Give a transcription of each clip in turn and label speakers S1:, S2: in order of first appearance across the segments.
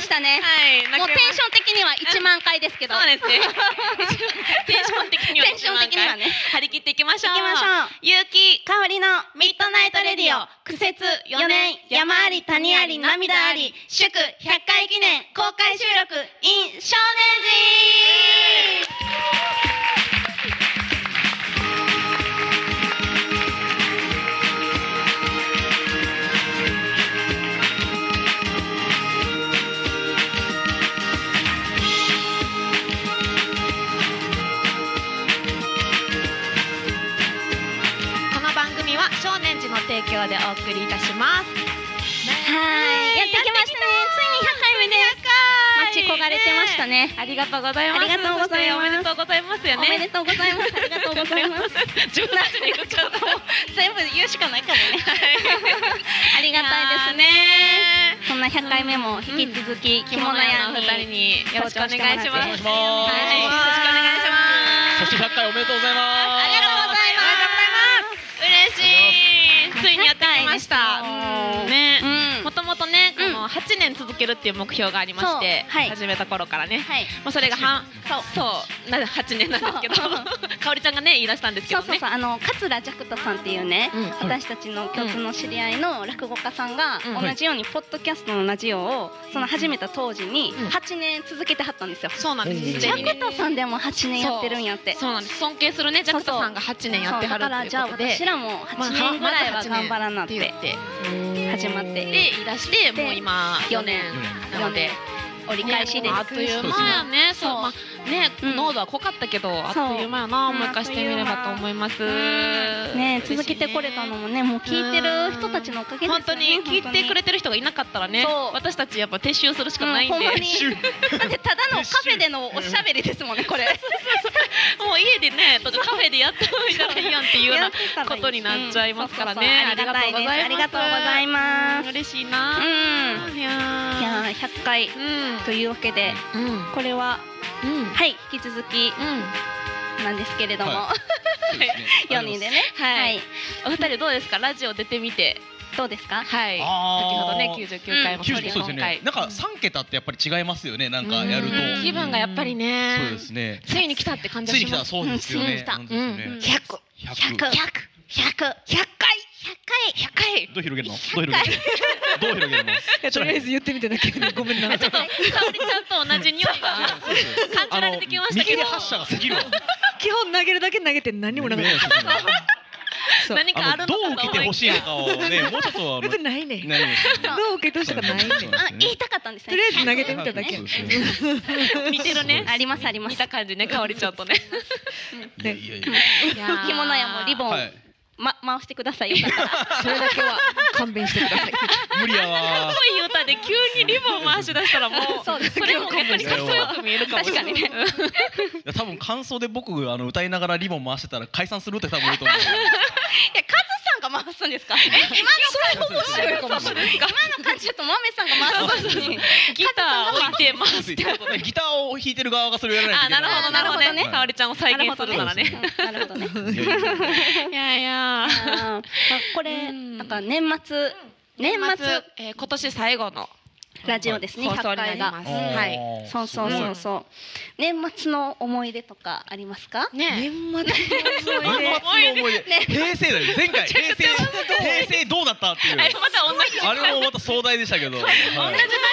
S1: したね。
S2: はい、
S1: もうテンション的には1万回ですけど。
S2: そうですね。テンション的には
S1: テンション的にはね。
S2: 張り切っていきましょう。
S1: 行きましょう。
S2: ゆうき
S1: 香りのミッドナイトレディオ苦節4年山あり谷あり涙あり祝100回記念公開収録 in 少年寺
S2: この番組は少年寺の提供でお送りいたします。
S1: はいやってきましたねついに100回目です待ち焦がれてました
S2: ね。
S1: ね
S2: ありがとうございます。
S1: ありがとうございます
S2: そしておめでとうございますよ
S1: お
S2: ね。
S1: めでとうござい ますありがとうございます
S2: 自分たちに言っちゃった。
S1: 全部言うしかないからねあり
S2: あ
S1: がたいですね
S2: ね。
S1: そんな100回目も引き続き 着
S2: 着
S1: 物
S2: 物
S1: 屋
S2: 屋の
S1: に
S2: 二人によろしくお願いします。
S1: お願い
S3: します
S2: はい、よろしくお願いします。
S3: そして100回おめでとうございます。
S2: ありがとうございます。嬉しい。ついにやってきました。
S1: はい
S2: うんね。
S1: うん
S2: もともとね、
S1: うん
S2: この8年続けるっていう目標がありまして、
S1: そうはい
S2: 始めた頃からね、
S1: はい
S2: まあ、それが半
S1: そう
S2: そうな8年なんですけど
S1: そう
S2: かおりちゃんがね言い出したんですけ
S1: そ
S2: ど
S1: うそう
S2: ね
S1: そうあの桂ジャクタさんっていうね、
S2: うん
S1: 私たちの共通の知り合いの落語家さんが、
S2: うん
S1: 同じようにポッドキャストのラジオをその始めた当時に
S2: うん
S1: 8年続けてはったんですよ。
S2: そうなんです
S3: うん
S2: 実
S1: ジ
S2: 際
S1: ャ
S2: にね
S1: クタさんでも8年やってるんやって。
S2: そうなんです尊敬するねジャクタさんが8年やってはる
S1: そうだから
S2: って
S1: じ
S2: い
S1: ゃ
S2: う
S1: あ
S2: ことで
S1: 私らも8年ぐらいは頑張らなって
S2: 言って
S1: 始まって
S2: で言い出してもう今
S1: 4年
S2: なので
S1: 折り返しです。
S2: あっという間やね
S1: そ
S2: そううまあね
S1: うん
S2: 濃度は濃かったけどあっという間やな
S1: そう
S2: 思い返してみればと思います
S1: ね
S2: ね
S1: 続けてこれたのもねもう聞いてる人たちのおかげですよね
S2: 本当に聞いてくれてる人がいなかったらね
S1: そう
S2: 私たちやっぱ撤収するしかないん
S1: うん
S2: で
S1: ほんまに
S3: 週
S1: だってただのカフェでのおしゃべりですもんねこれ
S2: もう家でねとかカフェでやったみたらいいやんっていうようなことになっちゃいますからね
S1: うんそうそうそうありがとうござい
S2: あ
S1: ま
S2: りがとうございます
S1: す
S2: 嬉しい
S1: うん
S2: ないいや
S1: やー100回
S2: ーうん
S1: というわけで
S2: うん
S1: これは
S2: うん
S1: はい引き続き
S2: うん
S1: なんですけれども、
S3: は
S1: 4人で。ねはい、
S2: はいお二人どうですかラジオ出てみて
S1: どうですか
S2: はい
S3: あー
S2: 先ほどね99回も
S3: 九
S2: 取
S3: そう
S2: り
S3: で
S2: 今回
S3: すよね。なんか三桁ってやっぱり違いますよね。なんかやると。
S2: うん気分がやっぱりね
S3: そうですね。
S2: ついに来たって感じ
S3: つ
S2: が
S3: いに
S2: し
S3: 来
S2: ま
S3: た
S2: す
S3: そうですよね。
S2: うんついに来た
S3: なんですよね
S1: 100個100
S3: 100
S1: 100 100 100回
S3: どう広げるの？どう広げるの？ど う広げるの？とりあえず言ってみてだけ。ごめんな。
S2: あちょっとかおりちゃんと同じ匂いが感じられてきましたけど
S3: 見切り発射が過ぎるわ。
S4: 基本投げるだけ投げて何もなかっ
S3: ねそうそうそう
S4: た。
S2: 何かあ
S3: あ
S2: る
S3: のど
S2: の
S3: う
S2: か
S3: 受
S2: と
S3: け
S2: 思い
S3: て
S2: きや
S3: ほしいの かをね、もうちょっとあの
S4: 別にないねん。ど
S3: ないですよね
S4: う受け取したかないねん。
S3: そうです
S1: あ言いたかったんですね
S4: とりあえず投げてみただけ
S3: そう ですね
S2: 似てるね
S1: ありますありま
S2: 似
S1: す
S2: た感じね香りちゃんとね
S3: いやいやいや
S2: いやー
S1: 着物屋もリボン、
S3: はい
S1: ま、回してくださいよかったら
S4: それだけは勘弁してください。
S3: 無理やわ
S2: すごい歌で急にリボン回し出したらもう
S1: そうです
S2: それも逆にかっこよく見えるかもし
S1: 確か
S2: れな
S1: に
S2: い
S1: ね
S3: いや多分感想で僕あの歌いながらリボン回してたら解散するって多分言うと思う。
S1: いや、カズさんが回すんです か。え、今の感じ、
S3: それ面白いかもしれない
S1: 今の感じだと、豆さんが回すのに。
S2: ギターを置いて回すってことね
S3: ギターを弾いてる側がそれをやら
S2: あ
S3: ないといけ
S2: なる
S3: ない。
S2: ほどなるほどね
S3: はい
S2: かおりちゃんを再現するならね
S1: なるほどね。
S3: いやいやいや
S2: いやいや
S1: あーまあこ
S2: う
S1: れ、
S2: ん
S1: なんか年末。年末
S2: えー今年最後の
S1: ラジオですね、
S2: 放送
S1: 100回
S2: になり
S1: が
S2: ま。す
S3: あー
S2: はい
S1: そうそうそうそう。年末の思い出とかありますか。
S2: ね
S4: 年末の思い出
S3: 年末の思い出
S1: ね
S3: 平成だよ前回平成平成どうだったっていう
S2: あれまた同じ
S3: あれもまた壮大でしたけどはい年末の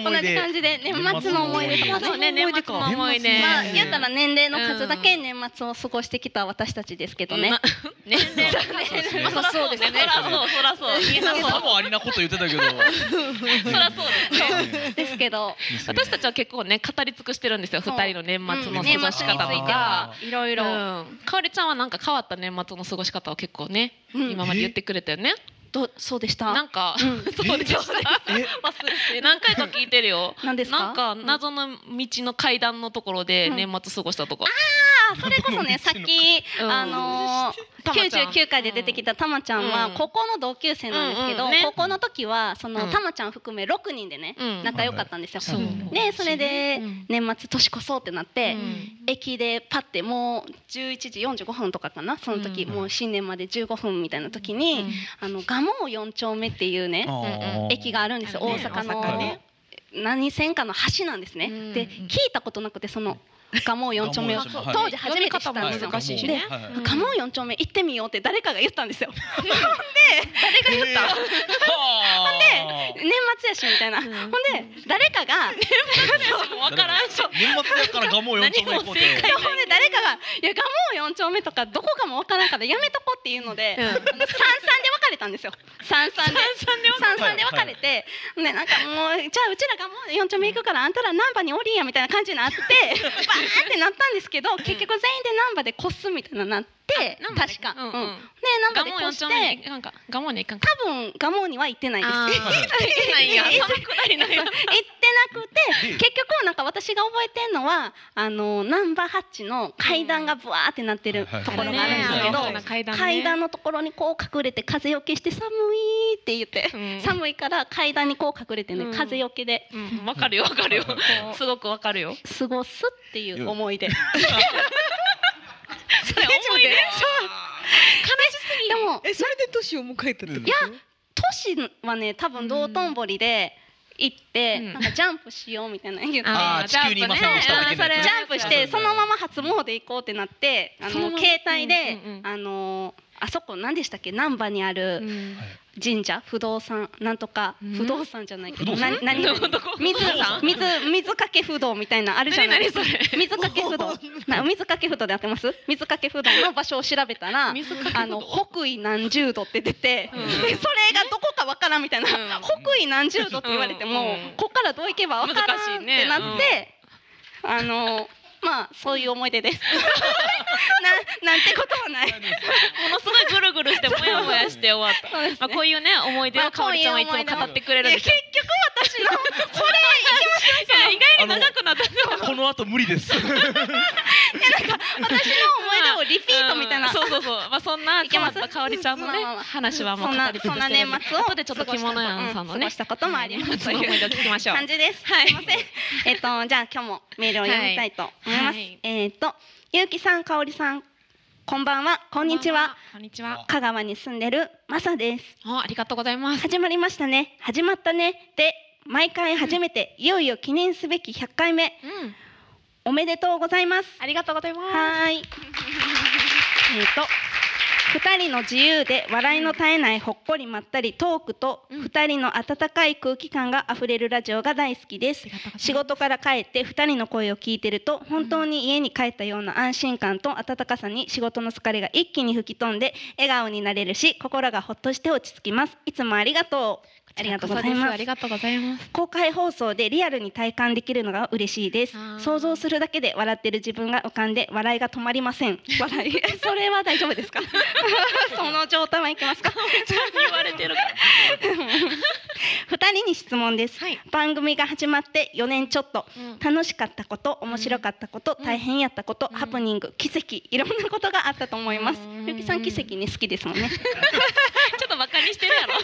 S1: 同
S3: 思い
S1: じ感
S3: 出
S1: じで、年末の思い出とか
S2: そう
S1: ね。
S2: ね年末の思い出
S1: まあ、言ったら年齢の数だけ年末を過ごしてきた私たちですけどね。
S2: な年齢の数
S3: そうね
S2: まあそらそうですねそらそう そらそう言えなそう
S3: さもありなこと言ってたけど
S2: そらそうですね
S1: ですけど。
S2: 私たちは結構ね語り尽くしてるんですよ
S1: そう
S2: 二人の年末の
S1: うん
S2: 過ごし方とか
S1: いろい
S2: い
S1: ろ。
S2: ろかおりちゃんはなんか変わった年末の過ごし方を結構ね
S1: うん
S2: 今まで言ってくれたよね
S1: どうそうでした。
S2: なんか
S1: うん
S2: そうでした忘
S3: え
S2: れて何回か聞いてるよ
S1: なんですか
S2: なんか謎の道の階段のところで年末過ごしたとか
S1: あそれこそねさっき、
S2: うん
S1: あのー
S2: たまちゃん
S1: 99回で出てきたたまちゃん
S2: う
S1: は
S2: ん
S1: 高校の同級生なんですけど、
S2: うんうんね
S1: 高校の時はその、
S2: うん
S1: たまちゃん含め6人でね、
S2: うん
S1: 仲良かったんですよ。
S2: そう
S1: でそれで
S2: うん
S1: 年末年越そうってなって、
S2: うん
S1: 駅でパッてもう11時45分とかかなその時、
S2: うん
S1: もう新年まで15分みたいな時に、あの蒲生4丁目っていうね、
S3: あー
S1: 駅があるんですよ
S2: あ
S1: 大
S2: るね
S1: 阪の
S2: 大阪ね
S1: 何線かの橋なんですね、
S2: うん
S1: で聞いたことなくてその蒲生四丁目を
S3: 蒲
S1: 当
S3: 生四丁目はい
S1: 時初めて知ったんですよ
S2: 読み方も難しいしね
S3: はいはい
S2: うん
S1: 蒲生四丁目行ってみようって誰かが言ったんです よ
S3: 誰が言った、えー、
S1: 年末やしみたいな、
S2: ん
S1: ほんで誰 かが
S3: ほ
S2: わからんし
S3: 年末やから蒲生四丁目行こうって
S1: ほんで誰かが「いや蒲生四丁目とかどこかもわからんからやめとこ」うっていうので、
S2: うん
S1: 三々で別れたんですよ三々で三々で別れて、ねなんかもうじゃあうちらがもう4丁目行くからあんたら難波におりんやみたいな感じになってバ ーンってなったんですけど結局全員で難波でこすみたいなのなって
S2: なん
S1: 確か、
S2: うん
S1: う
S2: うんん
S1: で難波
S2: ガ
S1: で
S2: モ
S1: こ
S2: 四
S1: して
S2: 丁目になんかガモに行かんか。
S1: 多分蒲生には行ってないです。
S2: あー
S3: はい
S2: 行けないや。そのくだりな
S1: そう
S2: い
S1: 行
S2: や
S1: っ。てなくて
S3: で
S1: 結局なんか私が覚えてんのはあのナンバーハッチの階段がブワーってなってる
S3: はいはい
S1: とこ
S3: は
S1: ろ
S3: い
S1: があるんですけど、
S3: あるね
S2: 階段ね
S1: 階段のところにこう隠れて風よけして寒いって言って、
S2: うん
S1: 寒いから階段にこう隠れてね、
S2: うん
S1: 風よけで
S2: うんわかるよわか るよ。すごくわかるよ。
S1: 過ごすっていう思い出。
S2: それ思い出。
S1: でも
S4: えそれで年を迎えたってこと
S3: いや
S1: 都市はね多分道頓堀で行って、
S2: うん
S1: なんかジャンプしようみたいな言って。
S3: あー地球にいませんでした
S2: ジャンプね
S3: 的なやつ
S1: ジャンプしてそのまま初詣行こうってなってあの
S2: そのまま
S1: 携帯で、
S2: うんうんうん
S1: あのあそこ何でしたっけ難波にある
S2: うん
S1: 神社不動産なんとか、
S2: うん
S1: 不動産じゃないけど
S3: 不動
S1: な
S3: 産
S1: 何
S2: ど
S1: 々
S2: こど こ
S1: 水
S2: 不動産
S1: 水水かけ不動みたいなあるじゃない
S2: 何々それ
S1: 水かけ不動な水かけ不動でやってます水かけ不動の場所を調べたら
S2: 水かけ不動
S1: あの北緯何十度って出て、
S2: うん
S1: でそれがどこかわからんみたいな、
S2: うん
S1: 北緯何十度って言われても、
S2: うん
S1: ここからどう行けばわからんってなって、
S2: 難
S1: あ
S2: しい
S1: のまあそういう思い出 です。ななんてことはない。
S2: ものすごいぐるぐるしてモヤモヤして終わった。
S1: そうです
S2: まあこういうね思い出をかおりちゃんはいつも語ってくれるん
S1: いや
S2: で
S1: 結
S2: すよ。
S1: 局私のこれ
S2: いや意外に長くなったね。
S3: この後無理です
S1: 私の思い出をリピートみたいな。
S2: うんそうそうそう。まあそんない
S1: け
S2: 変わ
S1: ま
S2: っ
S1: す
S2: たかおりちゃんのね
S1: まあまあまあ
S2: 話はもう
S1: そ
S2: 語
S1: んな
S2: り尽くして
S1: そんな年末を
S2: 後でちょっと着物屋さんの
S1: 過
S2: ね
S1: ごしたこともあ りますと
S2: そういう
S1: い
S2: 思
S1: う
S2: い出を聞きましょう。
S1: 感じです。
S2: はい
S1: すい ません。えっとじゃあ今日もメールを読みたいと思います。
S2: はい
S1: えっとゆうきさんかおりさんこんばんはこんにちは。。
S2: こんにちは。
S1: 香川に住んでるまさです。
S2: あありがとうございます。
S1: 始まりましたね。始まったね。で毎回初めていよいよ記念すべき100回目
S2: うん。
S1: おめでとうございます。
S2: ありがとうございます。
S1: はーい。えっと。二人の自由で笑いの絶えないほっこりまったりトークと
S2: うん
S1: 二人の温かい空気感があふれるラジオが大好きです
S2: ありがとうございます
S1: 仕事から帰って二人の声を聞いてると本当に家に帰ったような安心感と温かさに仕事の疲れが一気に吹き飛んで笑顔になれるし心がほっとして落ち着きますいつもありがとうありがとうござい
S2: こちらこそで
S1: ま
S2: あ
S1: す
S2: りがとうございます。
S1: 公開放送でリアルに体感できるのが嬉しいです
S2: あー
S1: 想像するだけで笑ってる自分が浮かんで笑いが止まりません 笑いそれは大丈夫です かその状態はいけ ますか
S2: 言われてる から。
S1: 二人に質問です、
S2: はい
S1: 番組が始まって4年ちょっと
S2: うん
S1: 楽しかったこと面白かったこと、
S2: うん
S1: 大変やったこと、
S2: うん
S1: ハプニング奇跡いろんなことがあったと思います
S2: うん
S1: ゆきさん奇跡ね好きですもんね
S2: ちょっとバカにしてるやろ。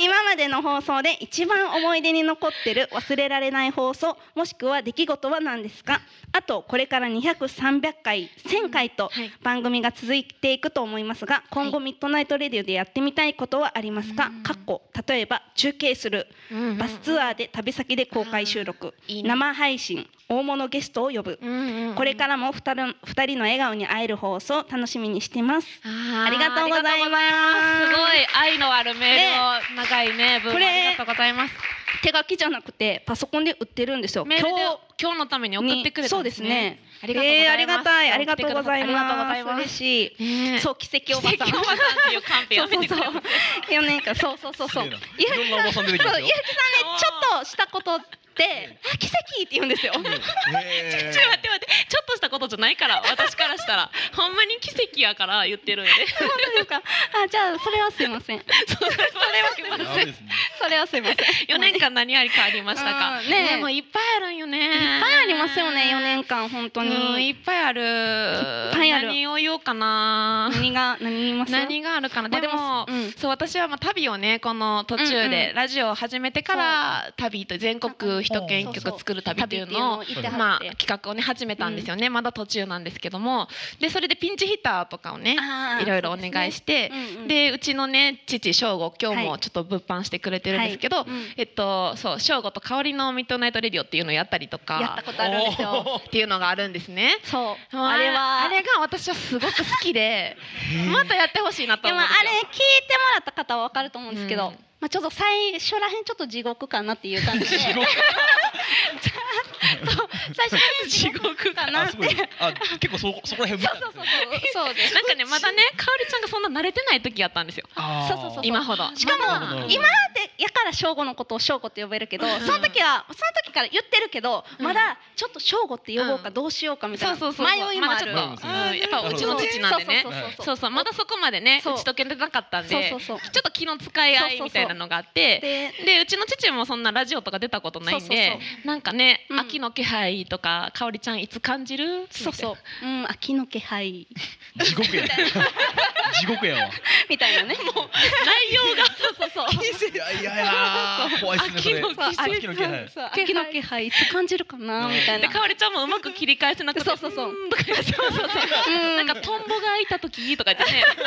S1: 今までの放送で一番思い出に残ってる忘れられない放送もしくは出来事は何ですかあとこれから200300回1000回と
S2: はい
S1: 番組が続いていくと思いますが今後ミッドナイトレディオでやってみたいことはありますか
S2: うん
S1: かっこ例えば中継するバスツ
S2: ア
S1: ア
S2: ー。
S1: ーで旅先で公開収録
S2: うんいいね。
S1: 生配信大物ゲストを呼ぶこれかららも二人二人の笑顔に会える放送楽しみにしてます
S2: あー
S1: ありがとうございます
S2: すごい愛のあるメールを長いね文をあ
S1: これ
S2: りがとうございます。
S1: 手書きじゃなくてパソコンで売ってるんですよ
S2: メールで
S1: 今日
S2: 今日のために送ってくれた
S1: そ
S2: ん
S1: うですね。
S2: ありがとうございます
S1: えーありがたい、ありがとうございます。
S2: ありがとうございます
S1: 嬉しい。
S2: ねえ
S1: そう奇跡おばさん。
S2: 奇跡おばさんっていうカンペやめてくれ
S1: そう そうそう。四年間、そうそうそうそう。
S3: い
S1: ゆうきさん、そう
S3: ろんなおばさん出てきます
S1: ゆ
S3: よ
S1: うきさんね、ちょっとしたことで、あ奇跡って言うんですよ。
S3: えー
S2: ちょっと待って待ってちょっとしたことじゃな いから私からしたらほんまに奇跡やから言ってるんで
S1: 本当ですか。あ、じゃあそれはすいません。
S2: それはすいま
S3: や
S2: せ
S3: べ
S2: ん
S3: えですね
S1: それはすいません。
S2: 4年間何ありかありましたか
S1: うんねえ
S2: でもいっぱいあるんよね
S1: いっぱいありますよね、四年間本当
S2: うんい
S1: に。
S2: っぱいある
S1: っぱいある
S2: 何を言おうかな
S1: 何が何言います？
S2: 何があるかな
S1: まあ
S2: で
S1: で
S2: も,、
S1: もうん
S2: そう私はまあ旅をねこの途中
S1: うん
S2: で
S1: う
S2: ラジオを始めてから旅と全国一県一曲作る旅っていうの
S1: 旅
S2: を
S1: っていうのを言ってはって
S2: まあ、企画をね始めたんですよね、まだ途中なんですけどもでそれでピンチヒッターとかをね
S1: あー
S2: いろいろお願いして
S1: そうですねうんうん
S2: でうちのね父翔吾今日もちょっっと物販してくれてるんですけど、
S1: はいうん
S2: えっとそう正吾と香りのミッドナイトレディオっていうのをやったりとか
S1: やったことあるんですよ
S3: おー
S2: っていうのがあるんですね。
S1: そう
S2: まあ
S1: あれは
S2: あれが私はすごく好 きでまたやってほしいなと
S1: で
S2: 思
S1: も
S2: う
S1: あ
S2: ん
S1: れ
S2: ですよ
S1: 聞いてもらった方は分かると思うんですけど、
S2: うん
S1: まあ、ちょっと最初らへんちょっと地獄かなっていう感 じで
S3: 地獄
S1: 最初らへん地獄かな
S3: あ
S1: って
S3: すごいあ結構そこそこら辺
S1: そうそうそうそうそうです
S2: なんかねまだね香りちゃんがそんな慣れてない時やったんですよ
S3: あー
S1: そうそうそう
S2: 今ほど
S1: しかも
S3: なるほど
S1: 今でやから翔吾のことを翔吾って呼べるけど、その時はその時から言ってるけど、
S2: うん
S1: まだちょっと翔吾って呼ぼうかどうしようかみたい
S2: そ
S1: な、
S2: うそうそう
S1: 迷いもある、
S2: まだちょっと、うんやっぱうちの父なんでね
S1: そうそうそう
S2: そ
S1: そう
S2: うそうまだそこまでね
S1: そう
S2: 打ち解けてなかったんで
S1: そうそうそう
S2: ちょっと気の使い合いみたいなのがあって
S1: で
S2: でうちの父もそんなラジオとか出たことないんで
S1: そうそう
S2: なんかね、
S1: うん
S2: 秋の気配とか香りちゃんいつ感じる
S1: そうそう
S2: み
S1: う、ん、秋の気 配
S3: 地獄や地獄やわ
S1: みたいなねもう
S2: たいな内容がそうそうそう
S3: いやいやいや怖いっすねそれ
S2: 秋の季節
S3: 秋の気配
S1: そう秋の気配いつ感じるかなみたい
S2: で
S1: な
S2: 香りちゃんもうまく切り返せなくて
S1: そうそうそう
S2: ーんとか言ってそうそうそう
S1: うん
S2: なんかトンボがいた時とか言ってね普通の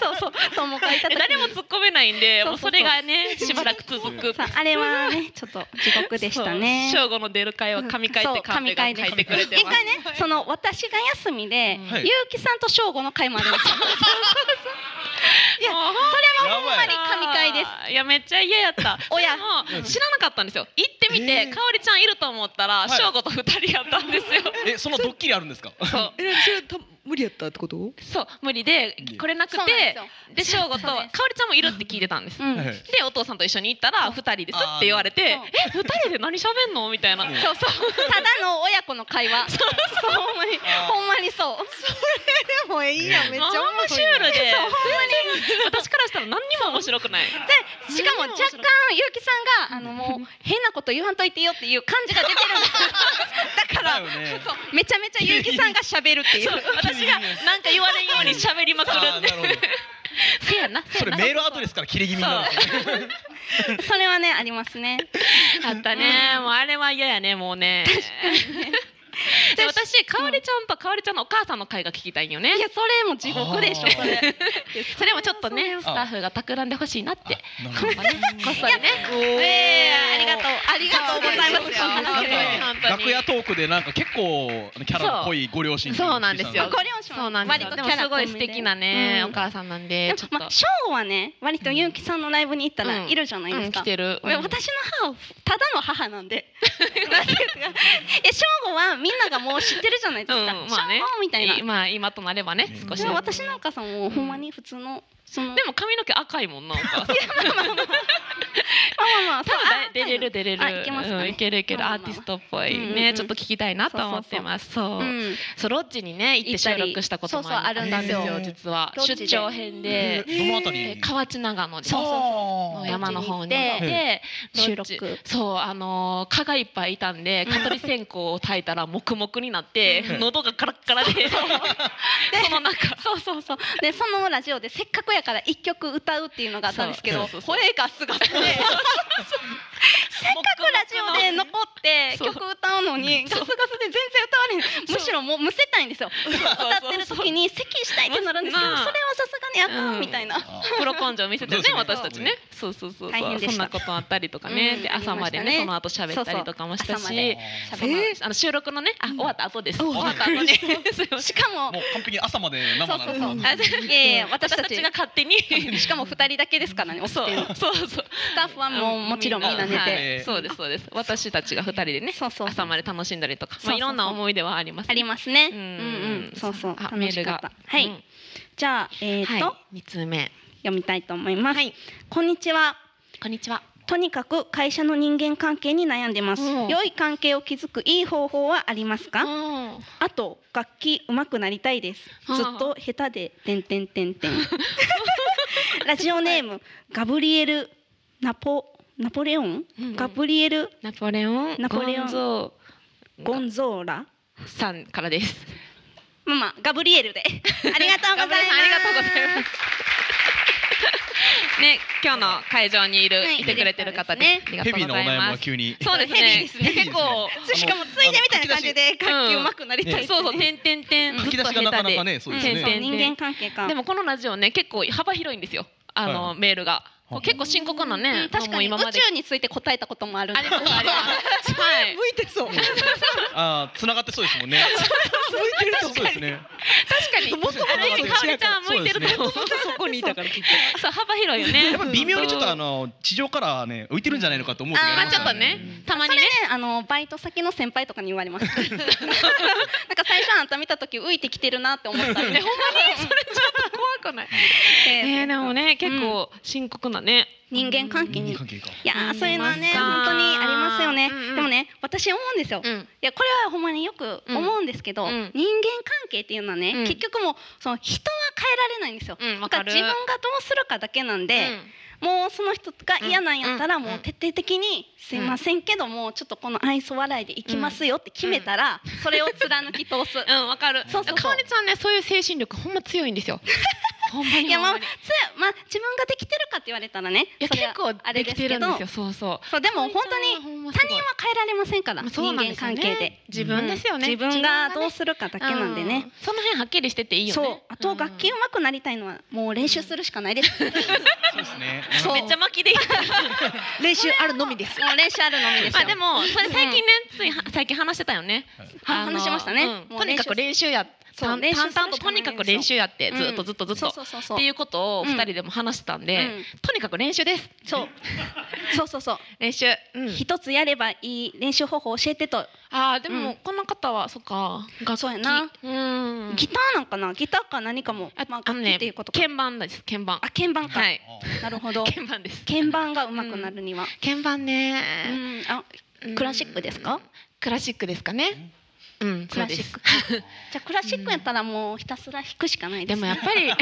S1: そうそう友がいた
S2: 返し
S1: 時
S2: 誰も突っ込めないんで
S1: そ
S2: も
S1: う
S2: う
S1: そうそう
S2: それがねしばらく続く
S1: さああれはねちょっと地獄でしたね
S2: そう正午の出る会は神会っ
S1: そう
S2: てカンペ
S1: 神
S2: が書
S1: 回です
S2: いてくれて
S1: 一
S2: ます
S1: 回ねその私が休みで、
S3: はい
S1: ゆうきさんと翔吾の会もあるん ですよいや
S2: もう
S3: やば
S1: ぱ
S3: い
S1: り神回で
S2: いやめっちゃ嫌 やった
S1: 親
S2: でも知らなかったんですよ行ってみて、
S3: えー
S2: かおりちゃんいると思ったら
S3: い
S2: 翔吾と二人やったんですよ
S3: え そのドッキリあるんですか
S2: そう
S4: えそれた無理やったってこと？
S2: そう無理で来れなくて
S1: そうなんですよ
S2: で翔吾とか
S1: そう
S2: お
S1: で
S2: り
S1: す
S2: ちゃんもいるって聞いてたんです、
S1: うん
S3: はい
S2: でお父さんと一緒に行ったら二人ですって言われて「え
S1: あー
S2: 二人で何喋んの?」みたいな
S3: うん
S2: そうそう
S1: ただの親子の会話そうそうほんまに
S3: あー
S1: ほんまにそう
S4: でもいいやんめっちゃ
S2: まあほんま
S4: 面
S2: シ
S4: 白
S2: ュー
S4: い。
S2: ルで
S1: そうほんま
S2: 私からしたら何にも面白くない
S1: でしかも若干ゆうきさんがあのもう変なこと言わんといてよっていう感じが出てるん ですだから
S3: だよね
S1: そうめちゃめちゃゆうきさんが喋るっていう
S2: そう私がなんか言われんように喋りまくる
S3: あ
S2: っ
S3: ーなるほど
S2: てせやなせ
S3: そ
S2: や
S3: れ
S2: な
S3: メールアドレスから切れ気味になるんですよね
S1: それはねありますね
S2: あったね、 もうあれは嫌やねもうねで私かおりちゃんとかおりちゃんのお母さんの会が聞きたいんよね
S1: いやそれも地獄でしょそれ
S2: それもちょっとね
S1: あ
S2: スタッフが企んでほしいな って
S3: あなるほど
S2: こっそりね
S1: えーありがとうありがとうございます
S2: そう
S1: 本当に
S2: ね
S3: なんか楽屋トークでなんか結構あのキャラっぽいご両親
S2: そうなんですよ
S1: あご両親は
S2: そうなんですよ
S1: 割
S2: で
S1: と
S2: も
S1: キャラ
S2: すごい素敵なね、
S1: うん
S2: お母さんなん
S1: で
S2: で
S1: も
S2: ちょっと、
S1: まあ、ショーはね割と結城さんのライブに行ったら
S2: うん
S1: いるじゃないで
S2: う
S1: す
S2: ん
S1: か、
S2: 来てる、
S1: 私の母はただの母なん でなんていうかいやショーはみんながもう知ってるじゃないですか、
S2: うんまあね
S1: ショーみたいなで
S2: まあ今となればね
S3: ね
S2: 少し
S1: も私のお母さんもほんまに普通のその
S2: でも髪の毛赤いも んなお母さん
S1: まあまあまあ
S2: 多分だい出れる出れ
S1: あい
S2: る
S1: けますかね
S2: うんいけるいける
S1: ま
S2: ア
S1: あまあ
S2: ー
S1: まあ
S2: ティストっぽい
S1: うんうんう
S2: ね
S1: ん
S2: ちょっと聞きたいなと思ってますそう
S1: う、ん、
S2: そうロッジにね行って収録したこともあ
S1: 行ったり
S2: りました
S3: そうそうあ
S2: よ
S3: るんですよ
S2: 実は
S1: ロッジで
S2: 出張編
S3: え
S2: で
S3: どのあた
S2: え
S3: り
S2: 河内長野で
S1: そう
S2: の
S3: そう
S2: 山の方に
S1: ロッ
S2: 行っ
S1: ジ行
S2: て
S3: に
S1: って
S2: ロッジ
S1: 収録
S2: そうあのー蚊がいっぱいいたんで蚊取り線香を焚いたら黙々になって
S3: うん
S2: 喉がカラッカラでその中
S1: そうそうそうでそのラジオでせっかくやから一曲歌うっていうのがあったんですけど
S2: そう
S1: 声がすがすで せっかくラジオで残って
S2: そう
S1: 曲歌うのにガスガスで全然歌われへんむしろもうむせたいんですよ歌ってる時に咳したいってなるんですけど
S2: そ
S1: そ
S2: う
S1: れはさすがにあか
S2: うんん
S1: みたいな、
S3: あ
S2: プロ根性見せて
S3: そう
S2: ね
S3: ですね
S2: 私たちねそうそうそう
S1: 大変で
S2: そう
S1: し
S2: そん
S1: た
S2: なことあったりとかね、
S1: うん
S2: で朝まで
S1: あり
S2: ね
S1: ましたね
S2: その後喋ったりとかもした
S1: そうそう朝ま
S2: し
S1: で
S3: ー
S1: 喋る
S2: あの収録のねあ
S4: うん
S2: 終わった後です
S4: うん
S2: 終わった後にすいま
S1: し
S2: せん
S1: かも
S3: もう完璧に朝まで
S1: そ
S3: 生
S1: う
S3: な
S1: そ
S3: の
S1: う
S3: で
S1: そう
S4: うん
S1: あいやいや 私
S2: 私
S1: た
S2: た
S1: ち
S2: ちが勝手に
S1: しかも二人だけですからねお
S2: そう
S1: ってるの
S2: そうそう
S1: スタッフはもうもちろんみんな寝
S2: は
S1: て、
S2: いそうですそうです私たちが二人でね
S1: そうそう
S2: 朝まで楽しんだりとか
S1: そうそう
S2: ま
S1: そ
S2: あ
S1: う
S2: いろんな思い出はあります
S1: ありますね
S2: う
S1: うんんうんそうそう
S2: あ
S1: 楽しかったは
S2: メ
S1: い、
S2: ールが
S1: じゃあえっ、
S2: うん
S1: と、
S2: はい三つ目
S1: 読みたいと思います、
S2: はい
S1: こんにちは
S2: こんにちは
S1: とにかく会社の人間関係に悩んでます、
S2: うん
S1: 良い関係を築くいい方法はありますか、
S2: うん
S1: あと楽器上手くなりたいです
S2: はあ
S1: ずっと下手で点点点 点ラジオネーム、ガブリエルナポナポレオン、
S2: うんうん
S1: ガブリエル
S2: ナポレオン
S1: ナポレオン
S2: ゴンゾー
S1: ゴンゾーラ
S2: さんからです
S1: ママガブリエルでありがとうございます
S2: ガブリエルさんありがとうございます ね今日の会場にいる、
S1: はい
S2: い、てくれてる方です
S1: ね
S2: ありがと
S3: ヘ
S2: うご
S3: ビーな
S2: ざ
S3: お
S2: い
S3: 悩み
S2: ま
S3: は
S2: す
S3: 急に
S2: そうですね
S1: ヘビーですね
S2: 結構
S3: あの
S1: しかもついでみたいな感じで楽
S2: き出し
S1: 器上手くなりたいって、
S2: そうそう点点点
S3: 書き出しがなかなかねそうですね
S1: 人間関係か
S2: でもこのラジオね結構幅広いんですよ。あの、
S3: は
S2: メールが
S3: ほう
S2: 結構深刻な
S1: う
S2: ね
S1: ん、確
S2: も
S1: か
S2: う
S1: に
S2: 今
S1: 宇
S2: まで
S1: 宙について答えたこともあるん
S2: あ
S1: だ
S2: りますあ りますはい
S4: 向いてそう。向い
S3: ああ、繋がってそうですもんね。
S4: てる
S3: そ
S4: と
S3: う
S4: 思う。
S3: ですね。
S2: 確かに
S4: もっと
S2: ある意味かおりちゃんは向いてると思う
S4: ずっとそこにいたからきっ と。
S2: そう幅広いよね
S3: やっぱ微妙にちょっとあの地上からね浮いてるんじゃないのかと思う時
S1: あー
S3: り
S2: まあ
S3: ま
S2: ち
S3: す
S2: ょっ
S3: から
S2: とねたまにね
S1: それねあのバイト先の先輩とかに言われ ますなんか最初あんた見た時浮いてきてるなって思ったんでほん
S2: 怖くない
S1: で
S2: えー、でもね結構深刻なね、
S1: 人間関係
S3: 人
S1: に
S3: 間関係か。
S1: いや
S2: あ
S1: ー
S2: り
S1: そういうのはね
S2: ますか
S1: 本当にありますよね、
S2: うんうん
S1: でもね私思うんですよ、いやこれはほんまによく思うんですけど、
S2: うん
S1: 人間関係っていうのはね、
S2: うん
S1: 結局もうその人は変えられないんですよ、
S2: うんうんわ
S1: だか
S2: からる
S1: 自分がどうするかだけなん
S2: う
S1: で、
S2: ん
S1: もうその人が嫌なんやったら
S2: うん
S1: もう徹底的に「すいませんけどもうちょっとこの愛想笑いでいきますよ」って決めたらそれを貫き通 す。
S2: うん、わかる。
S1: そうそうそう
S2: かおりちゃんね、そういう精神力、ほんま強いんです よ。ほんまに。
S1: いやまあ
S2: ほん
S1: つまあ自分ができてるかって言われたらね
S2: にいや
S1: それ
S2: 結
S1: は
S2: 構
S1: あれで
S2: でき
S1: す
S2: て
S1: け
S2: るん
S1: ど
S2: ですよ。そうそう。
S1: そうでも本当に
S2: に
S1: 他人は変えられませんから、
S2: そう
S1: 人
S2: なんで
S1: 間
S2: すよね
S1: 関係で
S2: 自分ですよね
S1: 自分がどう
S2: す
S1: するかだけなんでね、
S2: その辺はっきりしてていいよね。
S1: そうあと楽器上手くなりたいのはもう練習するしかないです、
S3: そうですね。
S1: そう
S2: めっちゃ巻きでいい。
S4: 練習あるのみです。
S1: もう練習あるのみですよ
S2: あでもそれ最近ね、つい最近話してたよね。
S1: は
S2: あの
S1: 話しましたね、
S2: うん
S1: もう
S2: とにかく練習や。
S1: そう
S2: 淡
S1: 練習するしかない
S2: 々ととにかく練習やってずっとずっとずっ
S1: そう
S2: と。
S1: そうそう
S2: っ
S1: そう
S2: ていうことを二人でも話してたんで、
S1: うん
S2: とにかく練習です。
S1: そう そうそうそう
S2: 練習。うん
S1: 一、つやればいい練習方法教えてと、
S2: ああで
S1: うん
S2: もこの方はそっか楽器
S1: そうやな
S2: うん
S1: ギターなんかなギターか何かも
S2: あ
S1: まあ
S2: あ
S1: 楽器
S2: のね
S1: っていうことか、
S2: 鍵盤です鍵盤
S1: あ鍵盤か、
S2: はい
S1: なるほど
S2: 鍵盤です
S1: 鍵盤が上手くなるには、
S2: 鍵盤
S1: うん
S2: ね
S1: あクラシックですか
S2: クラシックですかねうん
S1: ク
S2: そう
S1: ラ
S2: で
S1: シ
S2: す
S1: ックじゃあクラシックやったらもうひたすら弾くしかないで、
S2: ですも
S1: ね
S2: やっぱり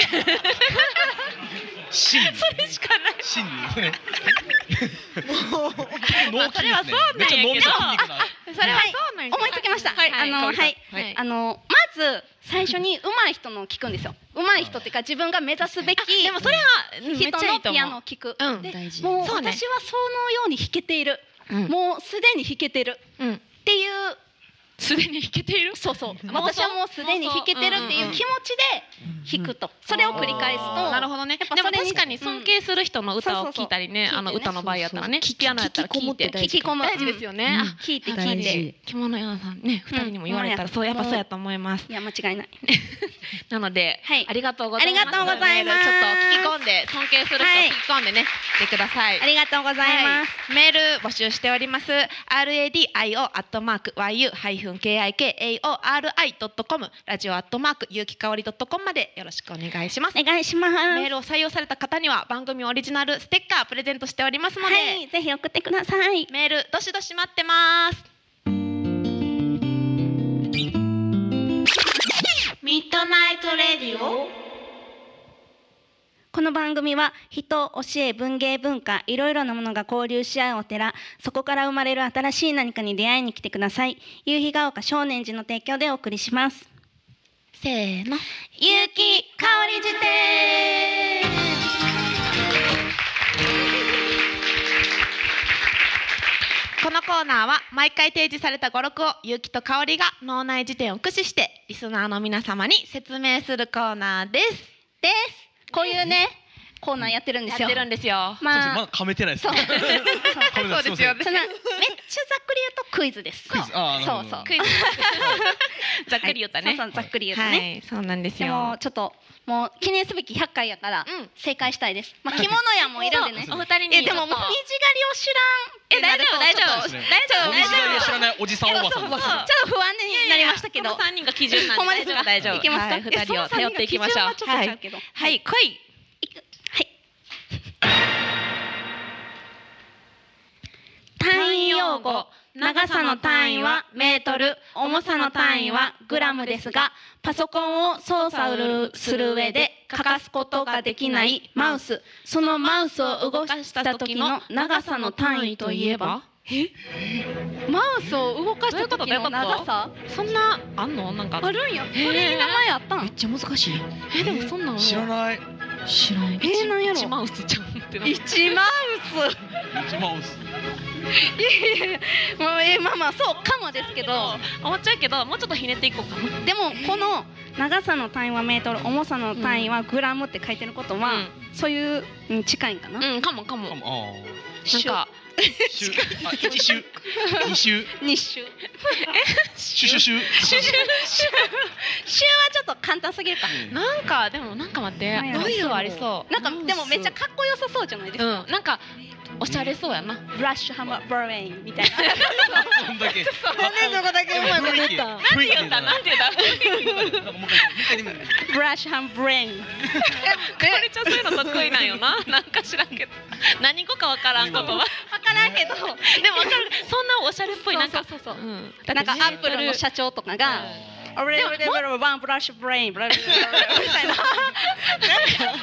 S3: 真理。
S2: それしかない
S3: 真理ですね。
S4: も
S3: 脳
S4: う
S3: 筋ですね
S2: まあそれはそうなんやけど
S3: めっちゃ脳みそ筋肉だ
S2: それはそうなん や
S1: 思いつきました
S2: はい
S1: あの
S2: はい
S1: はい
S2: はい
S1: あのまず最初に上手い人のを聞くんですよ上手い人っていうか自分が目指すべき
S2: あでもそれはうんめっ
S1: 人
S2: ちゃいいと
S1: のピアノ
S2: 思
S1: を聞く、
S2: うん
S1: で
S2: 大事
S1: もう私
S2: そう
S1: はそ
S2: ね
S1: のように弾けている、
S2: ううん
S1: もうすでに弾けてる
S2: うん
S1: っていう
S2: すでに弾けている
S1: そうそう
S2: 妄
S1: 私
S2: 想
S1: はもうすでに弾けてるっていう気持ちで弾くとそれを繰り返す
S2: あー
S1: と
S2: なるほどね
S1: やっぱ
S2: でも
S1: それに
S2: 確かに尊敬する人の歌を聞いたりね
S1: うん
S2: あの歌の場合やったらね
S4: そうそう
S2: ピアノやったら聞いて
S1: 聞き込む
S2: 大事ですよね
S1: うん聞いて聞
S4: 大
S1: い
S4: 事
S1: てい
S2: 着物屋さんね
S1: うん
S2: 二人にも言われたらそうやっぱそうやと思います
S1: や間違いない
S2: なので
S1: はい
S2: ありがとうございます
S1: ありがとうございます
S2: ちょっと聞き込んで尊敬する人
S1: はい
S2: 聞き込んでねしてください
S1: ありがとうございます、
S2: はい、メール募集しております radio アットマーク yu ハイフン kikaori ドットコムラジオアットマーク有機香りドットコムまでよろしくお願いします
S1: お願いします
S2: メールを採用された方には番組オリジナルステッカープレゼントしておりますので、
S1: はいぜひ送ってください
S2: メールどしどし待ってます
S1: ミッドナイトレディオこの番組は人、教え、文芸、文化いろいろなものが交流し合うお寺そこから生まれる新しい何かに出会いに来てください夕日が丘少年寺の提供でお送りします
S2: せーの
S1: ゆうきかおり辞典
S2: このコーナーは毎回提示された語録をゆうきと香りが脳内辞典を駆使してリスナーの皆様に説明するコーナーです
S1: ですこういうねコーナーやってるんですよ
S2: やってるんですよ
S3: そうですね
S1: ま
S3: ま
S1: あ
S3: だ噛めてないで
S1: そ
S3: す
S1: う
S3: ね。
S2: そ
S3: 噛めてないすいませ
S1: そ
S2: ね
S3: ん
S1: のめっちゃざっくり言うとクイズです
S3: クイズあーなるほど
S1: そうそう
S2: クイズざっくり言ったね、
S1: はいそうそうざっくり言うとね、
S2: はいそうなんです
S1: で
S2: よ
S1: もちょっともう記念すべき100回やから
S2: うん
S1: 正解したいです。まあ着物屋もいるんでね
S3: そ。う
S2: お二人に
S1: えでももみじ狩りを知
S2: え
S1: らん。
S2: 大丈夫大丈
S1: ちょっ
S2: 夫
S1: と
S3: そうですね
S2: 大丈夫
S3: もみじ狩りを知らないおじさんおばさん
S2: そう
S3: です
S2: そう
S1: ちょっと不安になりましたけど。
S2: 三人が基準なん
S1: ほんま
S2: で
S1: ですか
S2: 大丈夫
S1: い
S2: 大丈夫
S1: けますか。
S2: はい二人
S1: え
S2: を
S1: その
S2: 頼っていきましょう
S1: 三人が基準はちょっとちゃうけど。
S2: はいい来い
S1: くはい。単位用語。長さの単位はメートル、重さの単位はグラムですが、パソコンを操作する上で欠かすことができないマウス、そのマウスを動かした時の長さの単位といえばマウスを動か
S2: した時の長
S1: さ
S2: そんなあんのなんか
S1: あるんや。そ
S2: れに名前
S1: あったん
S4: めっちゃ難しい。
S2: えでもそんなの
S3: 知らない。
S4: 知らん。
S1: えー、なんやろ
S2: 一マウスちゃんってな
S1: 1マウス
S3: マウス。
S1: いやいやまあ、えーまあまあそうかもですけど
S2: 思っちゃうけどもうちょっとひねっていこうかな
S1: でもこの長さの単位はメートル重さの単位はグラムって書いてることは、そういうに近いんかな、
S2: うん、かもかも。なん
S3: あ
S2: か、
S3: あ週あ一週二週
S1: 日週
S3: シュシュシュ
S1: 週週はちょっと簡単すぎるか
S3: うん
S2: なんか、でも、なんか待って、
S1: はいはい
S2: どういうありそう。
S1: なんかでもめっちゃかっこよさそうじゃないです
S2: う
S1: か、
S2: ん、なんか、おしゃれそうやな。
S1: ブラッシュハンバーバーレインみたい な
S3: そんだけ
S4: そこだけうまく出た。
S3: 雰囲気出たな
S2: て言うんだ。
S3: なんかもう一回もう一回でも
S1: ブラッシュハンブレイン
S2: かおりちゃん、そういうの得意なんよ な。なんか知らんけど。何語かわからん言葉。
S1: 分からんけど
S2: でも、わかる。そんなおしゃれっぽい、なんか。
S1: そうそうそうそう
S2: うん
S1: なんかアップルの社長とかが「
S3: あ
S1: 俺俺俺ワンブラッシュブレインブラッシュブレイン」みた いな
S2: えじゃあ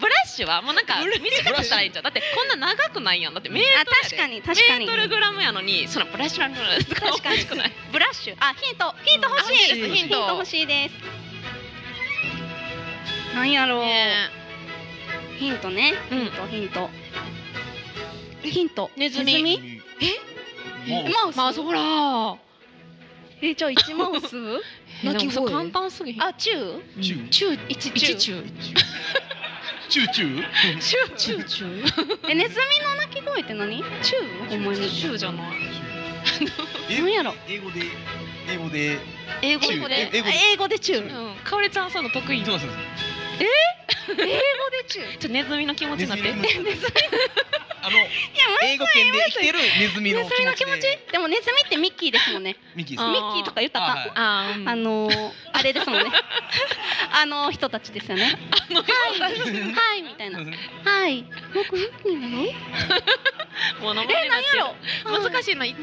S2: ブラッシュはもうなんか短くしたらいいんじゃんだってこんな長くないやんだってメートルやで
S1: あ確かに確かに
S2: メートルグラムやのにそのブラッシュランドル使
S1: 確かに
S2: しくない
S1: ブラッシュあヒントヒント欲しい、
S2: うんあ欲しいです
S1: ヒント
S2: ヒント
S1: 欲しいですなんやろう、
S2: ね
S1: ヒントね、
S2: うん
S1: ヒントヒントヒント
S2: ネズミ
S3: え
S1: マウス
S2: マウスほらー
S1: えじゃあ1マウス
S2: え
S4: 鳴き声
S2: でもそれ簡単すぎひん
S1: あチュウ
S3: チュ
S2: チュー一チュー
S1: チ
S2: ュー
S3: チュチ
S2: チュ
S3: ュ
S2: ーチュー
S4: チュ
S1: えネズミの鳴き声って何チュウ思います
S2: じゃない
S1: なんやろ
S3: 英語で英語で
S1: 英
S3: チュ
S1: 語
S3: ウ
S1: で
S3: え英
S1: あ
S3: 語で
S1: 英語でチュウ
S2: う
S1: 英語
S2: んかおりちゃんそういうの得意ち
S3: そ
S2: ょ
S3: うそうそう
S1: でチュウ
S2: っとネズミの気持ち
S3: ネ
S2: にな
S3: ズ
S2: って
S3: ミの気持ちあの英語圏で生きてるネズミの
S1: ネズミの気
S3: 気
S1: 持
S3: 持
S1: ち
S3: ちで
S1: でもネズミってミッキーですもんね
S3: ミッキ
S1: ミ
S3: ーさ
S2: あ
S3: ん
S1: ッキーとか言ったらあかん
S3: あはい
S2: あーう ん
S1: あのー、あれですもんね あの人たちですよねはいはいみたいなはい僕ミッキーなの
S2: モノマネ
S1: え
S2: にな
S1: な
S2: っ
S1: ん
S2: てる
S1: やろ
S2: 難
S1: し
S2: しいない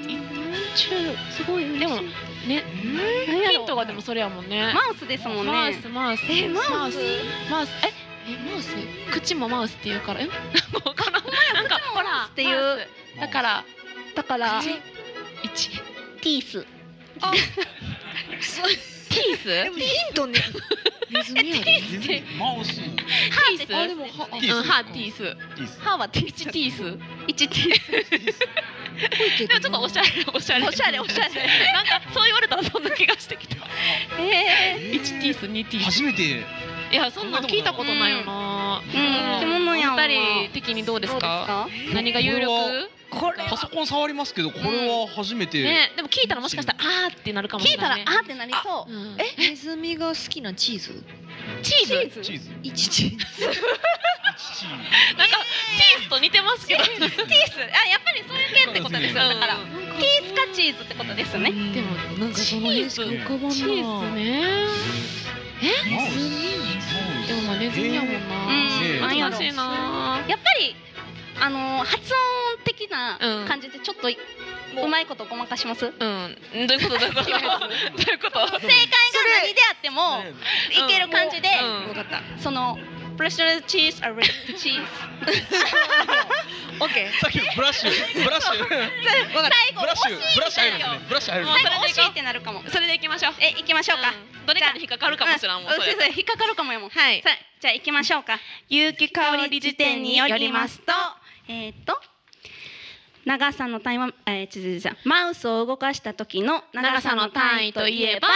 S1: チュウすごい嬉しい
S2: でもね
S1: なんやろ
S2: ヒントがでもそれやもんね
S1: マウスですもんね
S2: マウスマウス
S1: えマウス
S2: マウスええマウス口もマウスって言うからえなんかわからんなんか
S1: もマウスっていう
S2: マウスだから
S1: だから
S2: 口一
S1: ティース
S2: ティース
S4: ヒントね。ネズミやで
S3: ネズミマウス
S1: 歯
S2: ティース
S1: あ
S2: あ
S1: で
S2: で
S1: も
S4: も
S1: 歯
S4: 歯
S3: ティース
S2: うん歯ティース
S3: いいっす
S1: 歯はティー
S2: 一
S1: ス
S2: ティースでも
S1: 一ティース
S4: ち
S2: ちょっとおしゃれおしゃれ
S1: おしゃれおしゃれ
S2: なんかそう言われたらそんな気がしてきた
S1: え
S2: 一ティース二ティース
S3: 初めて
S2: いやそんなん聞いたことないよな
S1: えうん着物やん
S2: お二人的にどうですか
S1: どうで
S2: 何が有力
S3: これは
S4: これ
S3: パソコン触りますけどこれは初めて
S2: ねでも聞いたらもしかしたらあーってなるかも
S1: 聞
S2: し
S1: い
S2: れ
S1: たら
S2: ないね
S1: あってなりそう
S2: うん
S4: えネズミが好きなチーズ？
S2: チー
S1: チ
S2: ズ
S1: ーズ
S3: チーズ
S4: 一チーズ。
S3: チ
S2: なんかチーズと似てますけど
S3: ーズ
S1: ティースあやっぱりそういう系ってことですよ
S3: そ
S1: だ
S2: です
S3: う
S2: ね
S1: から
S2: うん
S1: ティースかチーズってことですよね
S4: でもなんかその辺しか浮かばない。
S2: チーズね
S3: マウス
S2: えでもまあネズミやもんな
S1: うん
S3: なん
S1: やろ
S2: 難しいな
S1: やっぱりあのー発音的な感じでちょっとうまいことごまかし ます正
S2: うんどういうことど ういうことどういうこと
S1: 解が何であってもいける感じで
S2: うん
S4: わかった。
S1: そのプレッシャルチーズアレッチーズ
S4: オッケー。
S3: さっきのブラッシュブラッシ ュ
S1: 最後
S3: ブラッシ
S1: 惜し
S3: ュ
S1: い
S3: ブラッシ
S1: みた
S3: ュ入るんです
S1: い
S3: ね
S1: よ
S3: ブラッシュ入るんで
S1: 最
S2: は
S3: すね
S1: 後惜しいってなるかも
S2: それでいきましょう
S1: え行きましょうか
S2: うんどれかに引っかかるかもしれんもん
S1: うん
S2: それ
S1: そうそう引っかかるかもよもう
S2: は
S1: さあじゃあ行きましょうか
S2: 有機
S1: 香り辞典によりますと、えーっと長さの単位は、えー、ちょちょちょちょマウスを動かした時の長さの単位といえば、